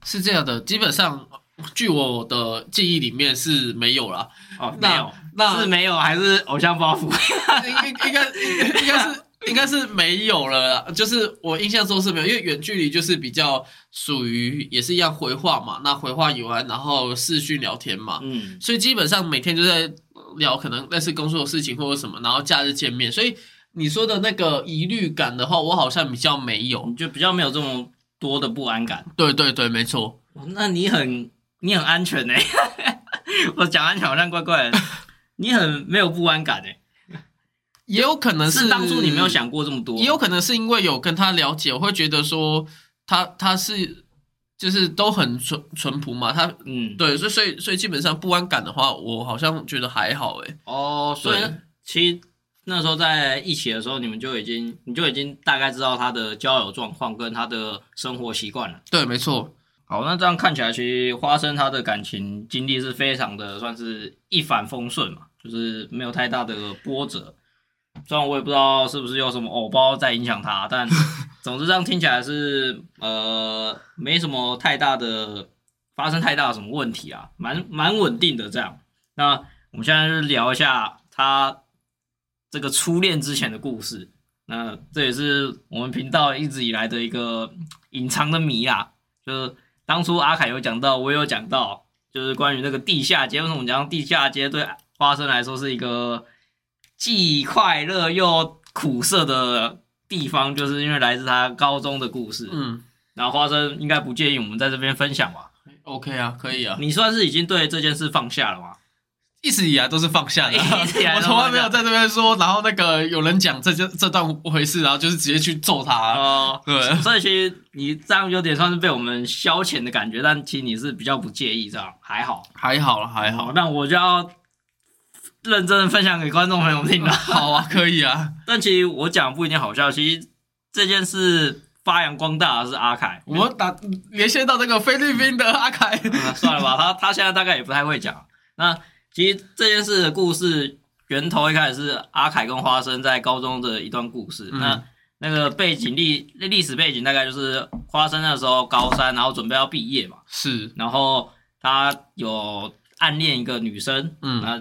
是这样的。基本上，据我的记忆里面是没有啦。
哦，没
那
有，
那
是没有，还是偶像包袱？
应应应该应该是应该是没有了啦，就是我印象中是没有，因为远距离就是比较属于也是一样回话嘛，那回话以外，然后视讯聊天嘛，
嗯，
所以基本上每天就在聊可能类似工作的事情或者什么，然后假日见面，所以你说的那个疑虑感的话，我好像比较没有。
你就比较没有这么多的不安感。
对对对，没错，
哦那你很你很安全呢、欸 我讲安全好像怪怪的，你很没有不安感呢、欸
也有可能
是当初你没有想过这么多，啊
也有可能是因为有跟他了解，我会觉得说他他是就是都很淳淳朴嘛，他
嗯，
对，所以所以所以基本上不安感的话，我好像觉得还好诶。
哦，所以
对
其实那时候在一起的时候，你们就已经你就已经大概知道他的交友状况跟他的生活习惯了。
对，没错，
好，那这样看起来，其实花生他的感情经历是非常的，算是一帆风顺嘛，就是没有太大的波折。虽然我也不知道是不是有什么偶包在影响他，但总之这样听起来是 呃没什么太大的发生太大的什么问题啊，蛮蛮稳定的这样。那我们现在就聊一下他这个初恋之前的故事。那这也是我们频道一直以来的一个隐藏的谜啊，就是当初阿凯有讲到，我也有讲到，就是关于那个地下街，为什么我们讲到地下街对花生来说是一个既快乐又苦涩的地方，就是因为来自他高中的故事。
嗯
然后花生应该不介意我们在这边分享吧？
，OK 啊，可以啊，
你算是已经对这件事放下 了吗？
一直以啊来都是放 下的
一直以来
我
都
从来没有
放
在这边说，然后那个有人讲这件这段回事，然后就是直接去揍他，
哦、
对。
所以其实你这样有点算是被我们消遣的感觉，但其实你是比较不介意这样，还好。
还好了，还好，
好，那我就要认真的分享给观众朋友听了。
好啊，可以啊。
但其实我讲不一定好笑，其实这件事发扬光大的是阿凯。嗯
我们打连线到那个菲律宾的阿凯，
啊算了吧，他他现在大概也不太会讲。那其实这件事的故事源头一开始是阿凯跟花生在高中的一段故事。
嗯
那那个背景历历史背景大概就是花生那时候高三，然后准备要毕业嘛。
是，
然后他有暗恋一个女生，
嗯
那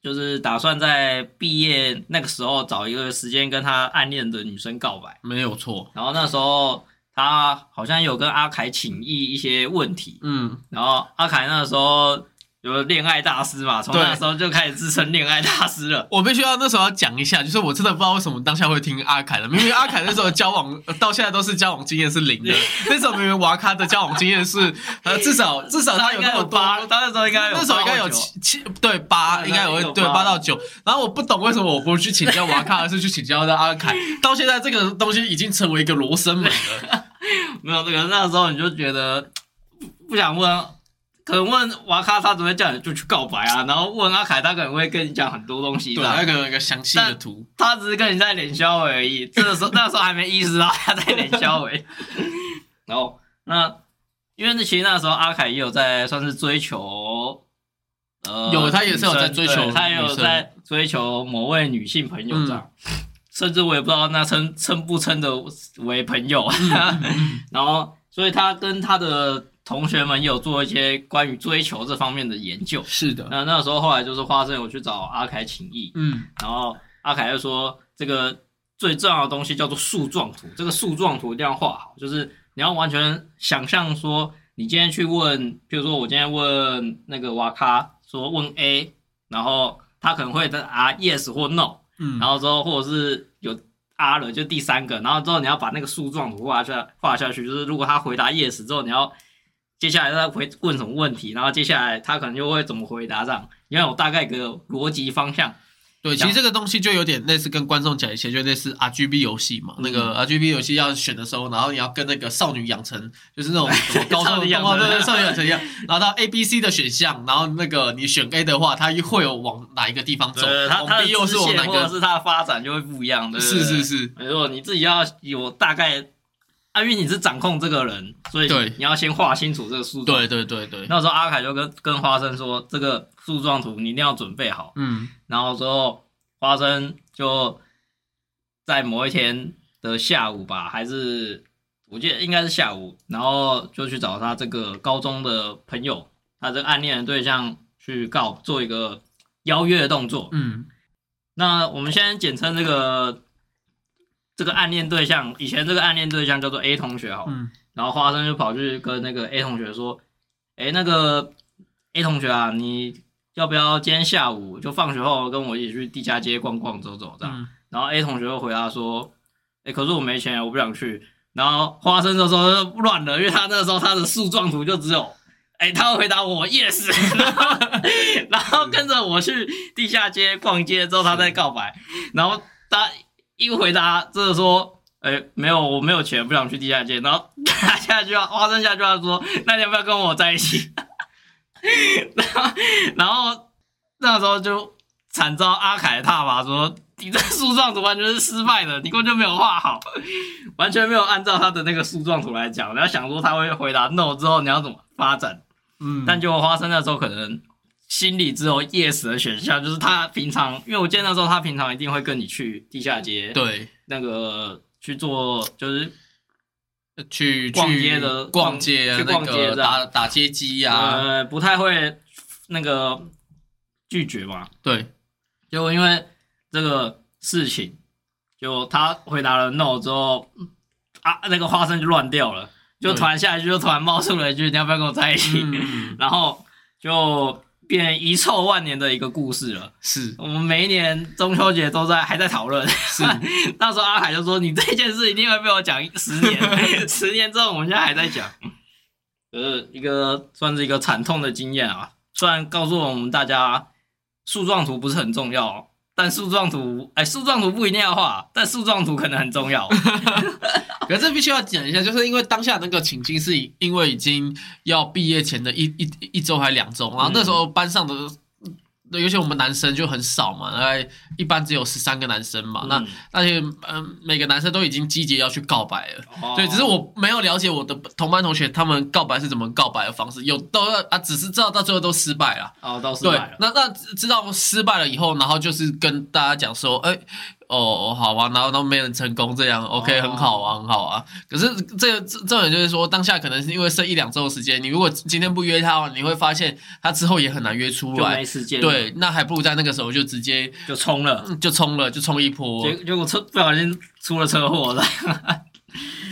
就是打算在毕业那个时候找一个时间跟他暗恋的女生告白。
没有错。
然后那时候他好像有跟阿凯请益一些问题，
嗯，
然后阿凯那时候有恋爱大师嘛，从
对
那时候就开始自称恋爱大师了。
我必须要那时候要讲一下，就是我真的不知道为什么当下会听阿凯的，明明阿凯那时候交往 呃到现在都是交往经验是零 的，那时候明明瓦卡的交往经验是呃至少至少他有
应
那
该
么
有
多。
八，他那时候应该有
那时候应该有
八或九
七七对八，
对
应该有
应该有
对
八
八到九。然后我不懂为什么我不去请教瓦卡，而是去请教到阿凯。到现在这个东西已经成为一个罗生 门了。啊
没有这个，那时候你就觉得不想问，可能问瓦卡他只会叫你就去告白啊，然后问阿凯他可能会跟你讲很多东西
对，
的，
那个有一个详细的图。
他只是跟你在脸消而 已。这个时候那时候还没意识到他在脸消而已。然后那因为那其实那时候阿凯也有在算是追求。呃，
有他也是有在
女生
追求
对他也
女
有
生嗯
在追求某位女性朋友这样，甚至我也不知道那
嗯
称称不称得为朋友。然后，所以他跟他的同学们也有做一些关于追求这方面的研究。
是的，
那那时候后来就是花生有去找阿凯请益，
嗯，
然后阿凯就说这个最重要的东西叫做树状图，这个树状图一定要画好，就是你要完全想象说你今天去问，譬如说我今天问那个瓦卡说问 A，然后他可能会答 yes 或 no，
嗯
然后之后或者是有 R 了，就第三个，然后之后你要把那个树状图画下画下去，就是如果他回答 yes 之后，你要接下来他回问什么问题，然后接下来他可能就会怎么回答这样，你要有大概一个逻辑方向。
对，其实这个东西就有点类似跟观众讲一些，就类似 RGB 游戏嘛。那
嗯
个 RGB 游戏要选的时候，然后你要跟那个少女养成，就是那种什么高
少
中
女
的
养
动画，
成
对对，少女养成一样。然后到 A、B、C 的选项，然后那个你选 A 的话，它会有往哪一个地方走
对，？他他
往
的
B 又是
支
往
线
哪
或者
个？
是他的发展就会不一样，对不对？
是是是，
没错，你自己要有大概，啊，因为你是掌控这个人，所以
对
你要先画清楚这个树状。
对对对对，
那时候阿凯就跟跟花生说，这个树状图你一定要准备好。
嗯，
然后之后花生就在某一天的下午吧，还是我记得应该是下午，然后就去找他这个高中的朋友，他这个暗恋的对象去告做一个邀约的动作。
嗯，
那我们先简称这个这个暗恋对象，以前这个暗恋对象叫做 A 同学好了，
嗯
然后花生就跑去跟那个 A 同学说：“哎，那个 A 同学啊，你要不要今天下午就放学后跟我一起去地下街逛逛走走这样？”
嗯，
然后 A 同学就回答说：“哎，可是我没钱，我不想去。”然后花生这时候就乱了，因为他那时候他的树状图就只有，哎，他会回答我 yes，然 后然后跟着我去地下街逛街之后，他再告白，然后他一回答就是说。哎，没有，我没有钱，不想去地下街。然后他下一句话，花生下一句话说：“那你要不要跟我在一起？” 然后，然后那时候就惨遭阿凯的挞伐说，你这树状图完全是失败的，你根本就没有画好，完全没有按照他的那个树状图来讲。你要想说他会回答 no 之后，你要怎么发展？
嗯，
但结果花生那时候可能心里只有 yes 的选项，就是他平常，因为我记得那时候他平常一定会跟你去地下街，
对，
那个去做就是
去
逛
去
街的
逛街啊，
去逛街
那个
这样
打打街机啊，
呃不太会那个拒绝嘛，
对，
结果因为这个事情，就他回答了 no 之后，啊，那个花生就乱掉了，就突然下一句就突然冒出了一句你要不要跟我在一起，
嗯，
然后就变遗臭万年的一个故事了。
是
我们每一年中秋节都在还在讨论，
是，
那时候阿凯就说你这件事一定会被我讲十 年，十年之后我们现在还在讲，呃，一个算是一个惨痛的经验啊。虽然告诉我们大家树状图不是很重要哦，但树状图，哎，树状图不一定要画，但树状图可能很重要。
可是这必须要讲一下，就是因为当下那个情境是因为已经要毕业前的一一一一周还两周，然后那时候班上的，对尤其我们男生就很少嘛，大概一般只有十三个男生嘛， 那那些嗯、每个男生都已经积极要去告白了。
那
对，只是我没有了解我的同班同学他们告白是怎么告白的方式，有都啊，只是知道到最后都失败了。
哦，到失
对
败，了，
那那知道失败了以后，然后就是跟大家讲说，哎、哦，哦好啊，然后都没人成功，这样 OK，、
哦
很好啊，很好啊。可是这个这这种就是说，当下可能是因为剩一两周的时间，你如果今天不约他的话，你会发现他之后也很难约出
就
来。
没时间，，
对，那还不如在那个时候就直接
就冲了。
嗯就冲了，就冲一波。
结结果车不小心出了车祸了，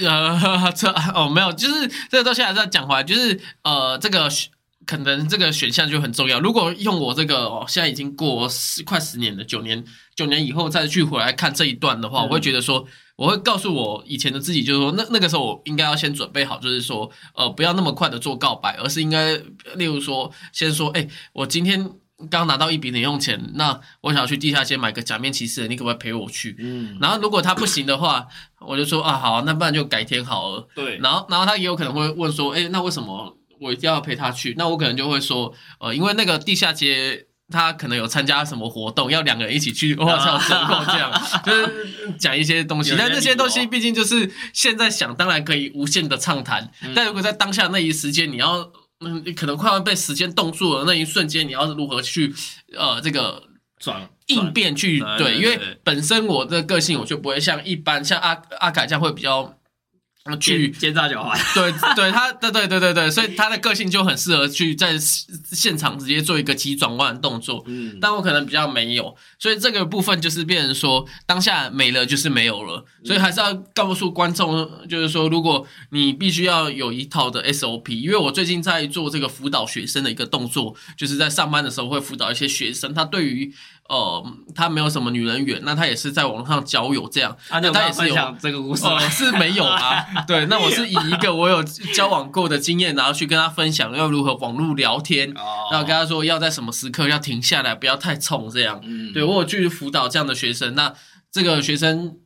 呃，这哦没有，就是这个东西还是要讲回来，就是呃，这个选可能这个选项就很重要。如果用我这个、哦、现在已经过十快十年了，九年九年以后再去回来看这一段的话，
嗯
我会觉得说，我会告诉我以前的自己，就是说那那个时候我应该要先准备好，就是说呃，不要那么快的做告白，而是应该例如说先说，哎、我今天。刚拿到一笔零用钱，那我想去地下街买个假面骑士，你可不可以陪我去？
嗯，
然后如果他不行的话，我就说啊，好啊那不然就改天好了。
对，
然后，然后他也有可能会问说，哎，那为什么我一定要陪他去？那我可能就会说，呃，因为那个地下街。他可能有参加什么活动，要两个人一起去，哦或者有折扣这样， 就是讲一些东西
啊有。些
但这些东
理
西
由
毕竟就是现在想，当然可以无限的畅谈。
嗯
但如果在当下那一时间，你要嗯，你可能快要被时间冻住了那一瞬间，你要如何去呃这个
转
应变去
对
对，
对
因为
对
本身我的个性我就不会像一般像阿阿凯这样会比较呃去
奸奸诈狡猾，
对 对，他对对对对对，所以他的个性就很适合去在现场直接做一个急转弯的动作。
嗯，
但我可能比较没有，所以这个部分就是变成说当下没了就是没有了，所以还是要告诉观众，就是说如果你必须要有一套的 SOP，因为我最近在做这个辅导学生的一个动作，就是在上班的时候会辅导一些学生，他对于呃他没有什么女人缘，那他也是在网络上交友这样，
啊， 那
那
我
他
们要分
也是有
享这个故事吗
呃，是没 有啊。对，那我是以一个我有交往过的经验，然后去跟他分享要如何网络聊天，
哦
然后跟他说要在什么时刻要停下来，不要太冲这样。
嗯，
对我有去辅导这样的学生，那这个学生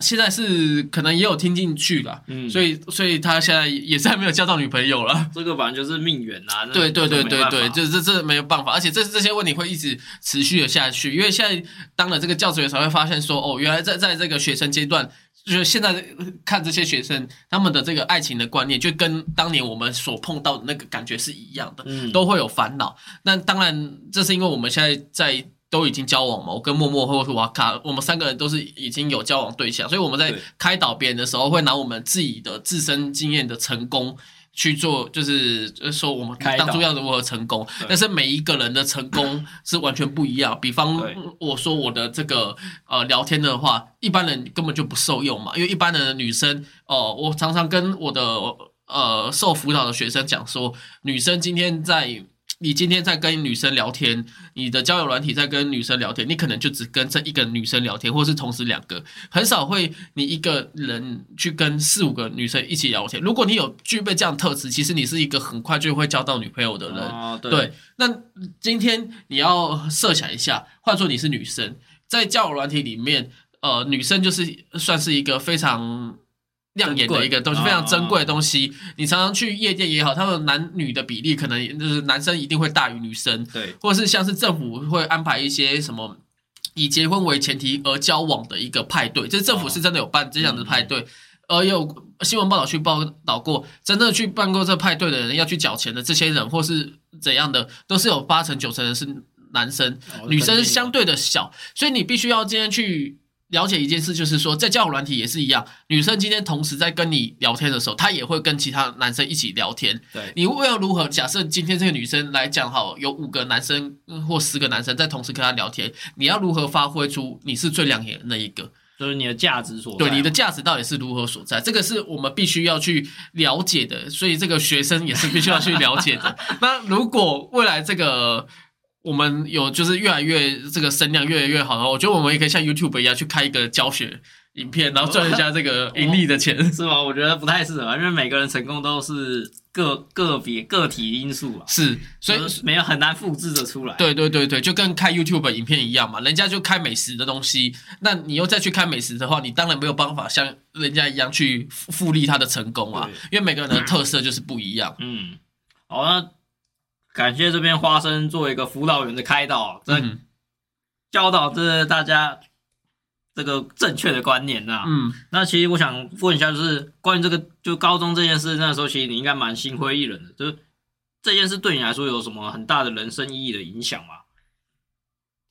现在是可能也有听进去了，
嗯
所以所以他现在也是还没有交到女朋友了。
这个反正就是命缘啊，那
对对对
没
对
办法
对，就是这这没有办法，而且这这些问题会一直持续的下去，因为现在当了这个教职员才会发现说，哦，原来在在这个学生阶段，就是现在呃看这些学生他们的这个爱情的观念，就跟当年我们所碰到的那个感觉是一样的，
嗯
都会有烦恼。那当然，这是因为我们现在在。都已经交往嘛，我跟默默或是瓦卡，我们三个人都是已经有交往对象，所以我们在
对
开导别人的时候，会拿我们自己的自身经验的成功去做，就是呃说我们
开导
当初要如何成功
对，
但是每一个人的成功是完全不一样。比方
对
我说我的这个呃聊天的话，一般人根本就不受用嘛，因为一般人的女生哦、呃我常常跟我的呃受辅导的学生讲说，女生今天在。你今天在跟女生聊天，你的交友软体在跟女生聊天，你可能就只跟这一个女生聊天，或是同时两个，很少会你一个人去跟四五个女生一起聊天。如果你有具备这样的特质，其实你是一个很快就会交到女朋友的人。
哦对
对，那今天你要设想一下，换做你是女生，在交友软体里面，呃，女生就是算是一个非常亮眼的一个东西，
珍贵啊
非常珍贵的东西。你常常去夜店也好，他们男女的比例可能就是男生一定会大于女生，
对，
或者是像是政府会安排一些什么以结婚为前提而交往的一个派对，这政府是真的有办这样的派对，而有新闻报道去报道过，真的去办过这派对的人要去缴钱的这些人，或是怎样的，都是有八成九成的是男生，女生相对的小，所以你必须要今天去。了解一件事，就是说，在交友软体也是一样，女生今天同时在跟你聊天的时候，她也会跟其他男生一起聊天，
对
你为了如何？假设今天这个女生来讲好，有五个男生嗯或十个男生在同时跟她聊天，你要如何发挥出你是最亮眼的那一个？
就是你的价值所在
对，你的价值到底是如何所在？这个是我们必须要去了解的，所以这个学生也是必须要去了解 的。那如果未来这个我们有就是越来越这个声量越来越好的话，我觉得我们也可以像 YouTube 一样去开一个教学影片，然后赚一下这个盈利的钱。
是吗？我觉得不太适合，因为每个人成功都是个个别个体因素啊，
是，所以
就是没有很难复制的出来。
对对对对，就跟开 YouTube 影片一样嘛，人家就开美食的东西，那你又再去开美食的话，你当然没有办法像人家一样去复复利他的成功啊
对，
因为每个人的特色就是不一样。
嗯，好，那感谢这边花生做一个辅导员的开导，这
嗯
教导这大家这个正确的观念啊呐、
嗯，
那其实我想问一下，就是关于这个就高中这件事，那时候其实你应该蛮心灰意冷的，就是这件事对你来说有什么很大的人生意义的影响吗？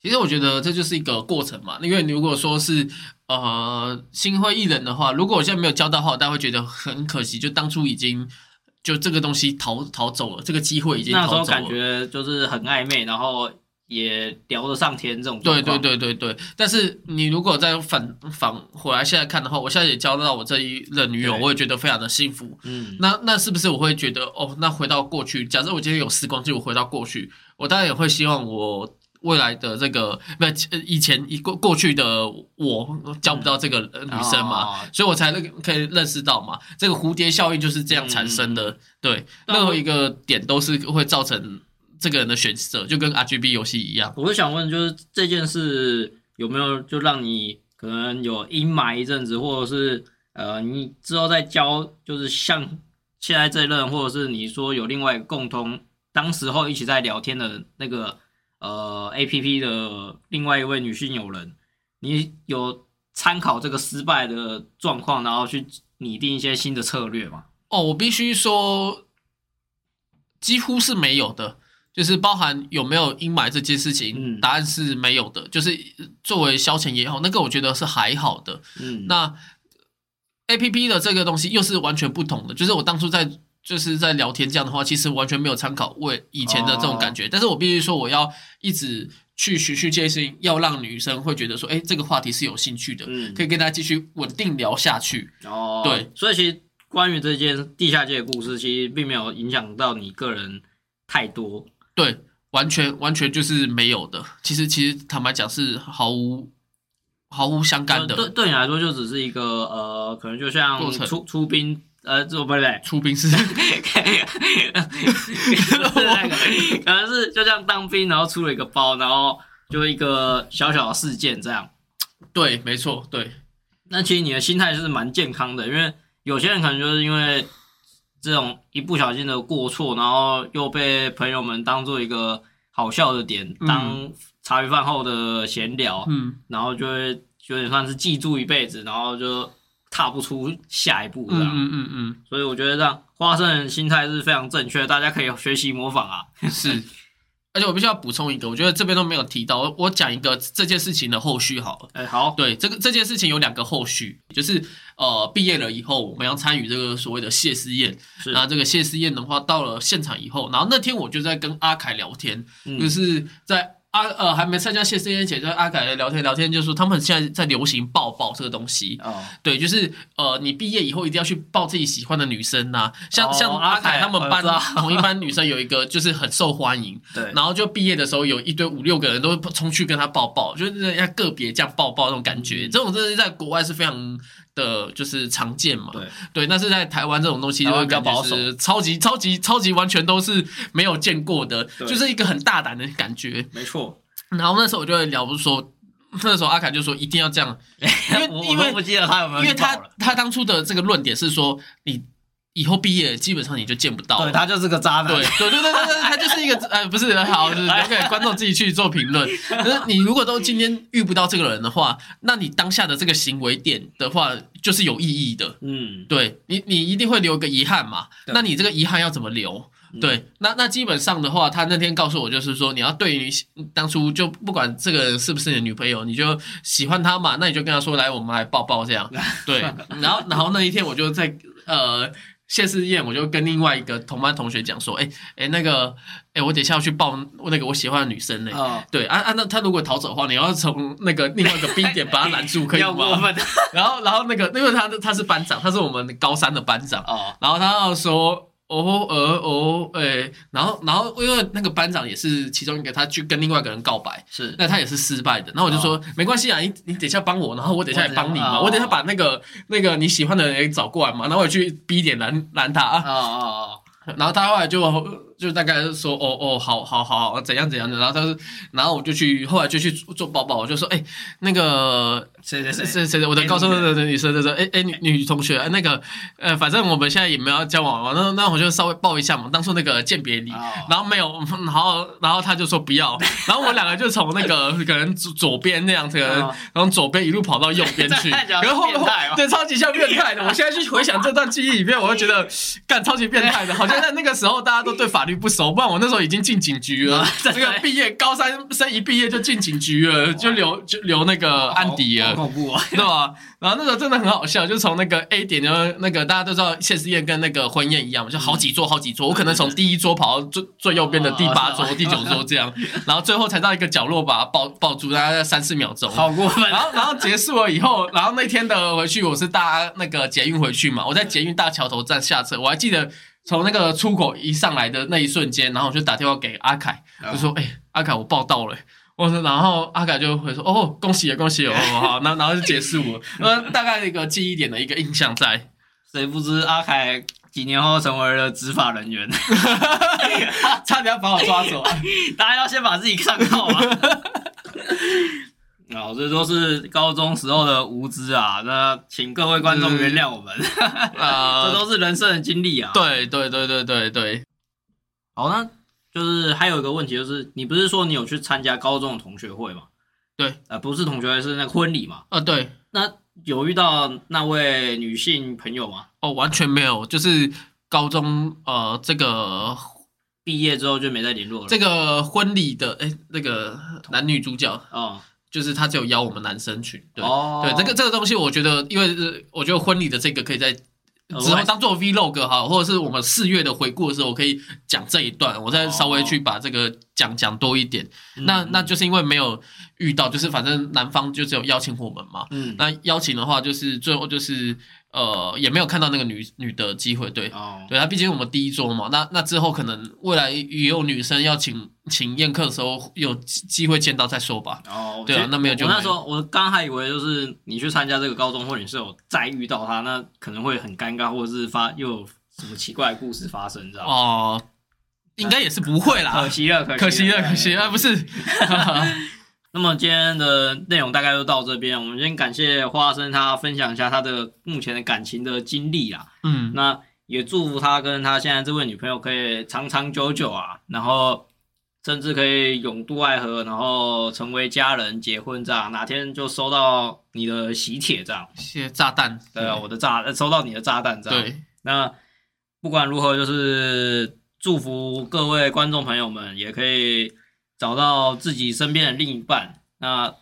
其实我觉得这就是一个过程嘛，因为如果说是呃心灰意冷的话，如果我现在没有交到的话，大家会觉得很可惜，就当初已经就这个东西逃逃走了，这个机会已经
那时
逃
候
走了
感。觉就是很暧昧，然后也聊得上天这种状
对对
况。
对对对，但是你如果再反反回来现在看的话，我现在也交到我这一任女友，
对
我也觉得非常的幸福。
嗯，
那那是不是我会觉得哦？那回到过去，假设我今天有时光机，我回到过去，我当然也会希望我未来的这个不呃以前一过过去的我交不到这个呃女生嘛，
哦
所以我才能可以认识到嘛，这个蝴蝶效应就是这样产生的。对，
那我
任何一个点都是会造成这个人的选择，就跟 RGB 游戏一样。
我就想问，就是这件事有没有就让你可能有阴霾一阵子，或者是呃，你之后再交，就是像现在这一任，或者是你说有另外一个共同，当时候一起在聊天的那个呃 A P P 的另外一位女性友人，你有参考这个失败的状况，然后去拟定一些新的策略吗？
哦，我必须说，几乎是没有的。就是包含有没有阴霾这件事情，
嗯
答案是没有嗯的。就是作为消遣也好，那个我觉得是还好的。
嗯，
那 A P P 的这个东西又是完全不同的。就是我当初在就是在聊天这样的话，其实完全没有参考我以前的这种感觉。
哦
但是我必须说，我要一直去循序渐进，要让女生会觉得说，哎、这个话题是有兴趣的，
嗯
可以跟大家继续稳定聊下去。
哦，
对，
所以其实关于这件地下界的故事，其实并没有影响到你个人太多。
对，完全完全就是没有的。其实其实坦白讲是毫无毫无相干
呃对
的。
对你来说就只是一个呃，可能就像
过程
出出兵呃，这不是不是
出兵是
不是那个，可能是就像当兵，然后出了一个包，然后就一个小小的事件这样。
对，没错，对，
那其实你的心态是蛮健康的，因为有些人可能就是因为这种一不小心的过错，然后又被朋友们当做一个好笑的点，
嗯
当茶余饭后的闲聊，
嗯
然后就会有点算是记住一辈子，然后就踏不出下一步这
嗯
样。
嗯嗯嗯
所以我觉得这样花生人心态是非常正确的，大家可以学习模仿啊。
嗯是。而且我必须要补充一个，我觉得这边都没有提到，我我讲一个这件事情的后续好了。
哎、好，
对，这个这件事情有两个后续，就是呃，毕业了以后，我们要参与这个所谓的谢师宴。
是
那这个谢师宴的话，到了现场以后，然后那天我就在跟阿凯聊天，
嗯
就是在阿呃还没参加谢师宴前，就在阿凯聊天聊天，就说他们现在在流行抱抱这个东西。
哦，
对，就是呃，你毕业以后一定要去抱自己喜欢的女生呐、像、
哦
像
阿
阿
凯
凯他们
我
班
知道
同一班女生有一个就是很受欢迎，
对，
然后就毕业的时候有一堆五六个人都冲去跟她抱抱，就是人家个别这样抱抱那种感
嗯
觉，这种真的是在国外是非常的就是常见嘛。
对
对，但是在台湾这种东西就
台
会
湾比较
感觉
保守
是超级超级超级完全都是没有见过的，
对
就是一个很大胆的感觉。
没错，
然后那时候我就会聊不说，那时候阿凯就说一定要这样，因为
我
因
我
为
都不记得他有没有
因为
去报
他
了
他当初的这个论点是说，你以后毕业基本上你就见不到
对
了。
他就是个渣男，
对对对对对对，他就是一个呃，不是好，就是留给观众自己去做评论。可是你如果都今天遇不到这个人的话，那你当下的这个行为点的话，就是有意义的。
嗯，
对你，你一定会留个遗憾嘛？
对
那你这个遗憾要怎么留？
嗯
对，那那基本上的话，他那天告诉我就是说，你要对于当初就不管这个人是不是你的女朋友，你就喜欢她嘛，那你就跟她说，来，我们来抱抱这 样。对，然后然后那一天我就在呃谢师宴，我就跟另外一个同班同学讲说，哎、哎、那个哎、我等一下要去抱那个我喜欢的女生呢、
哦，
对啊啊，那他如果逃走的话，你要从那个另外一个 B 点把他拦住，可以
要过
吗？
分
然后，然后那个，因为他他是班长，他是我们高三的班长，
哦，
然后他要说哦呃哦诶、然后然后因为那个班长也是其中一个，他去跟另外一个人告白，
是
那他也是失败的。然后我就说、没关系啊，你你等一下帮我，然后我等一下也帮你嘛，
我等一下
我等一下把那个那个你喜欢的人也找过来嘛，然后我去逼点拦拦他
哦
啊。
哦
然后他后来就就大概说哦哦好好好怎样怎样的，然后他就然后我就去后来就去做做抱抱，我就说哎、那个
哦，谁谁
是
谁，
谁谁我的
A
高中
同学
的女生就说：“哎、哎、女女同学，哎那个呃，反正我们现在也没有要交往嘛，那那我就稍微报一下嘛，当初那个鉴别礼。
哦
然后没有，嗯然后然后他就说不 要，然后我两个就从那个可能左左边那样，可能
哦
从左边一路跑到右边
这
去，
看起来
然后后
变态哦
对超级像变态的。我现在去回想这段记忆里面，我就觉得干超级变态的，好像在那个时候大家都对法律不熟，不然我那时候已经进警局了
啊。
这
对
个毕业高三生一毕业就进警局了，就留就留那个案底啊
好。
了
恐怖哦，
对吧？然后那时候真的很好笑，就从那个 A 点，然后那个大家都知道谢师宴跟那个婚宴一样嘛，就好几桌好几桌，我可能从第一桌跑到最最右边的第八桌、
哦
第九桌这样，然后最后才到一个角落把它抱抱住，大概三四秒钟。
好过分
然，后，然后结束了以后，然后那天的回去，我是搭那个捷运回去嘛，我在捷运大桥头站下车，我还记得从那个出口一上来的那一瞬间，然后我就打电话给阿凯，我说：“哎、阿凯，我报到了。”我说，然后阿凯就会说：“哦，恭喜恭喜哦，好，那然后就结束了。”呃，大概一个记忆点的一个印象在。
谁不知阿凯几年后成为了执法人 员，
差点要把我抓走，
大家要先把自己看好 啊。啊，这都是高中时候的无知啊！那请各位观众原谅我们，这
嗯呃，
都是人生的经历啊。
对对对对对对，
好，那就是还有一个问题，就是你不是说你有去参加高中的同学会吗？
对，
呃，不是同学会，是那个婚礼嘛？
呃，对，
那有遇到那位女性朋友吗？
哦，完全没有，就是高中呃这个
毕业之后就没再联络了。
这个婚礼的哎、那个男女主角
哦，
就是他只有邀我们男生群，对、
哦
对，这个这个东西我觉得，因为是我觉得婚礼的这个可以在
额外
之后当做 vlog 哈，或者是我们四月的回顾的时候，我可以讲这一段，我再
哦
稍微去把这个讲讲多一点。
嗯
那那就是因为没有遇到，就是反正男方就只有邀请我们嘛，
嗯
那邀请的话就是最后就是呃也没有看到那个女女的机会，对，
哦，
对啊，毕竟我们第一桌嘛，那那之后可能未来也有女生要请请宴客的时候有机机会见到再说吧。
哦，
对啊
其实
那没有就
我
没有
那时候我刚还以为就是你去参加这个高中婚礼是有再遇到他，那可能会很尴尬，或者是发又有什么奇怪的故事发生，你知道吗？
哦、应该也是不会
可
啦，
惜了，可
可惜
惜
哦了，可惜了，啊啊不是，
那么今天的内容大概就到这边，我们先感谢花生他分享一下他的目前的感情的经历啦。
嗯，
那也祝福他跟他现在这位女朋友可以长长久久啊，然后甚至可以永度爱河，然后成为家人、结婚这样。哪天就收到你的喜帖这样，
些炸弹，
对啊，我的炸呃收到你的炸弹这样。，
对，
那不管如何，就是祝福各位观众朋友们，也可以找到自己身边的另一半。那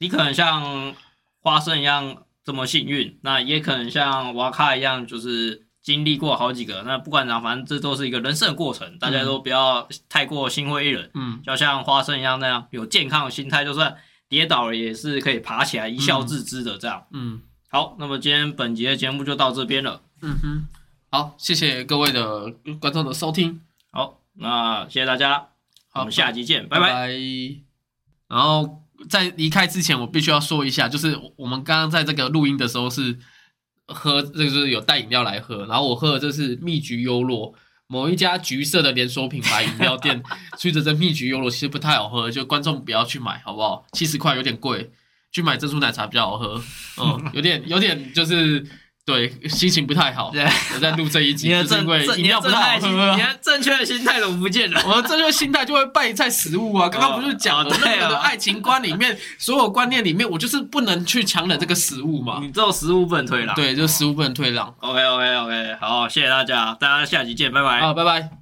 你可能像花生一样这么幸运，那也可能像瓦卡一样，就是经历过好几个。那不管怎样，反正这都是一个人生的过程，大家都不要太过心灰意冷。
嗯，
就像花生一样那样，有健康的心态，就算跌倒了也是可以爬起来，一笑置之的这样。
嗯，
好，那么今天本节的节目就到这边了。
嗯哼，好，谢谢各位的观众的收听，
好，那谢谢大家，
好
我们下集见，拜
拜
拜。
拜。然后在离开之前，我必须要说一下，就是我们刚刚在这个录音的时候是喝，就是有带饮料来喝，然后我喝的就是蜜橘优酪。某一家橘色的连锁品牌饮料店出的这蜜橘优酪其实不太好喝，就观众不要去买，好不好？七十块有点贵，去买珍珠奶茶比较好喝。嗯，有点有点就是对心情不太好。
对
我在录这一集，就是因为饮料不太好喝、啊。
你的正确的心态怎么不见了？
我的正确心态就会败在食物啊！刚刚不是讲了
哦对
那
啊
个的爱情观里面，所有观念里面，我就是不能去强忍这个食物嘛。
你只有食物不能推了。
对，就食物不能退让。
，OK OK OK，好，谢谢大家，大家下集见，拜拜。
好，拜拜。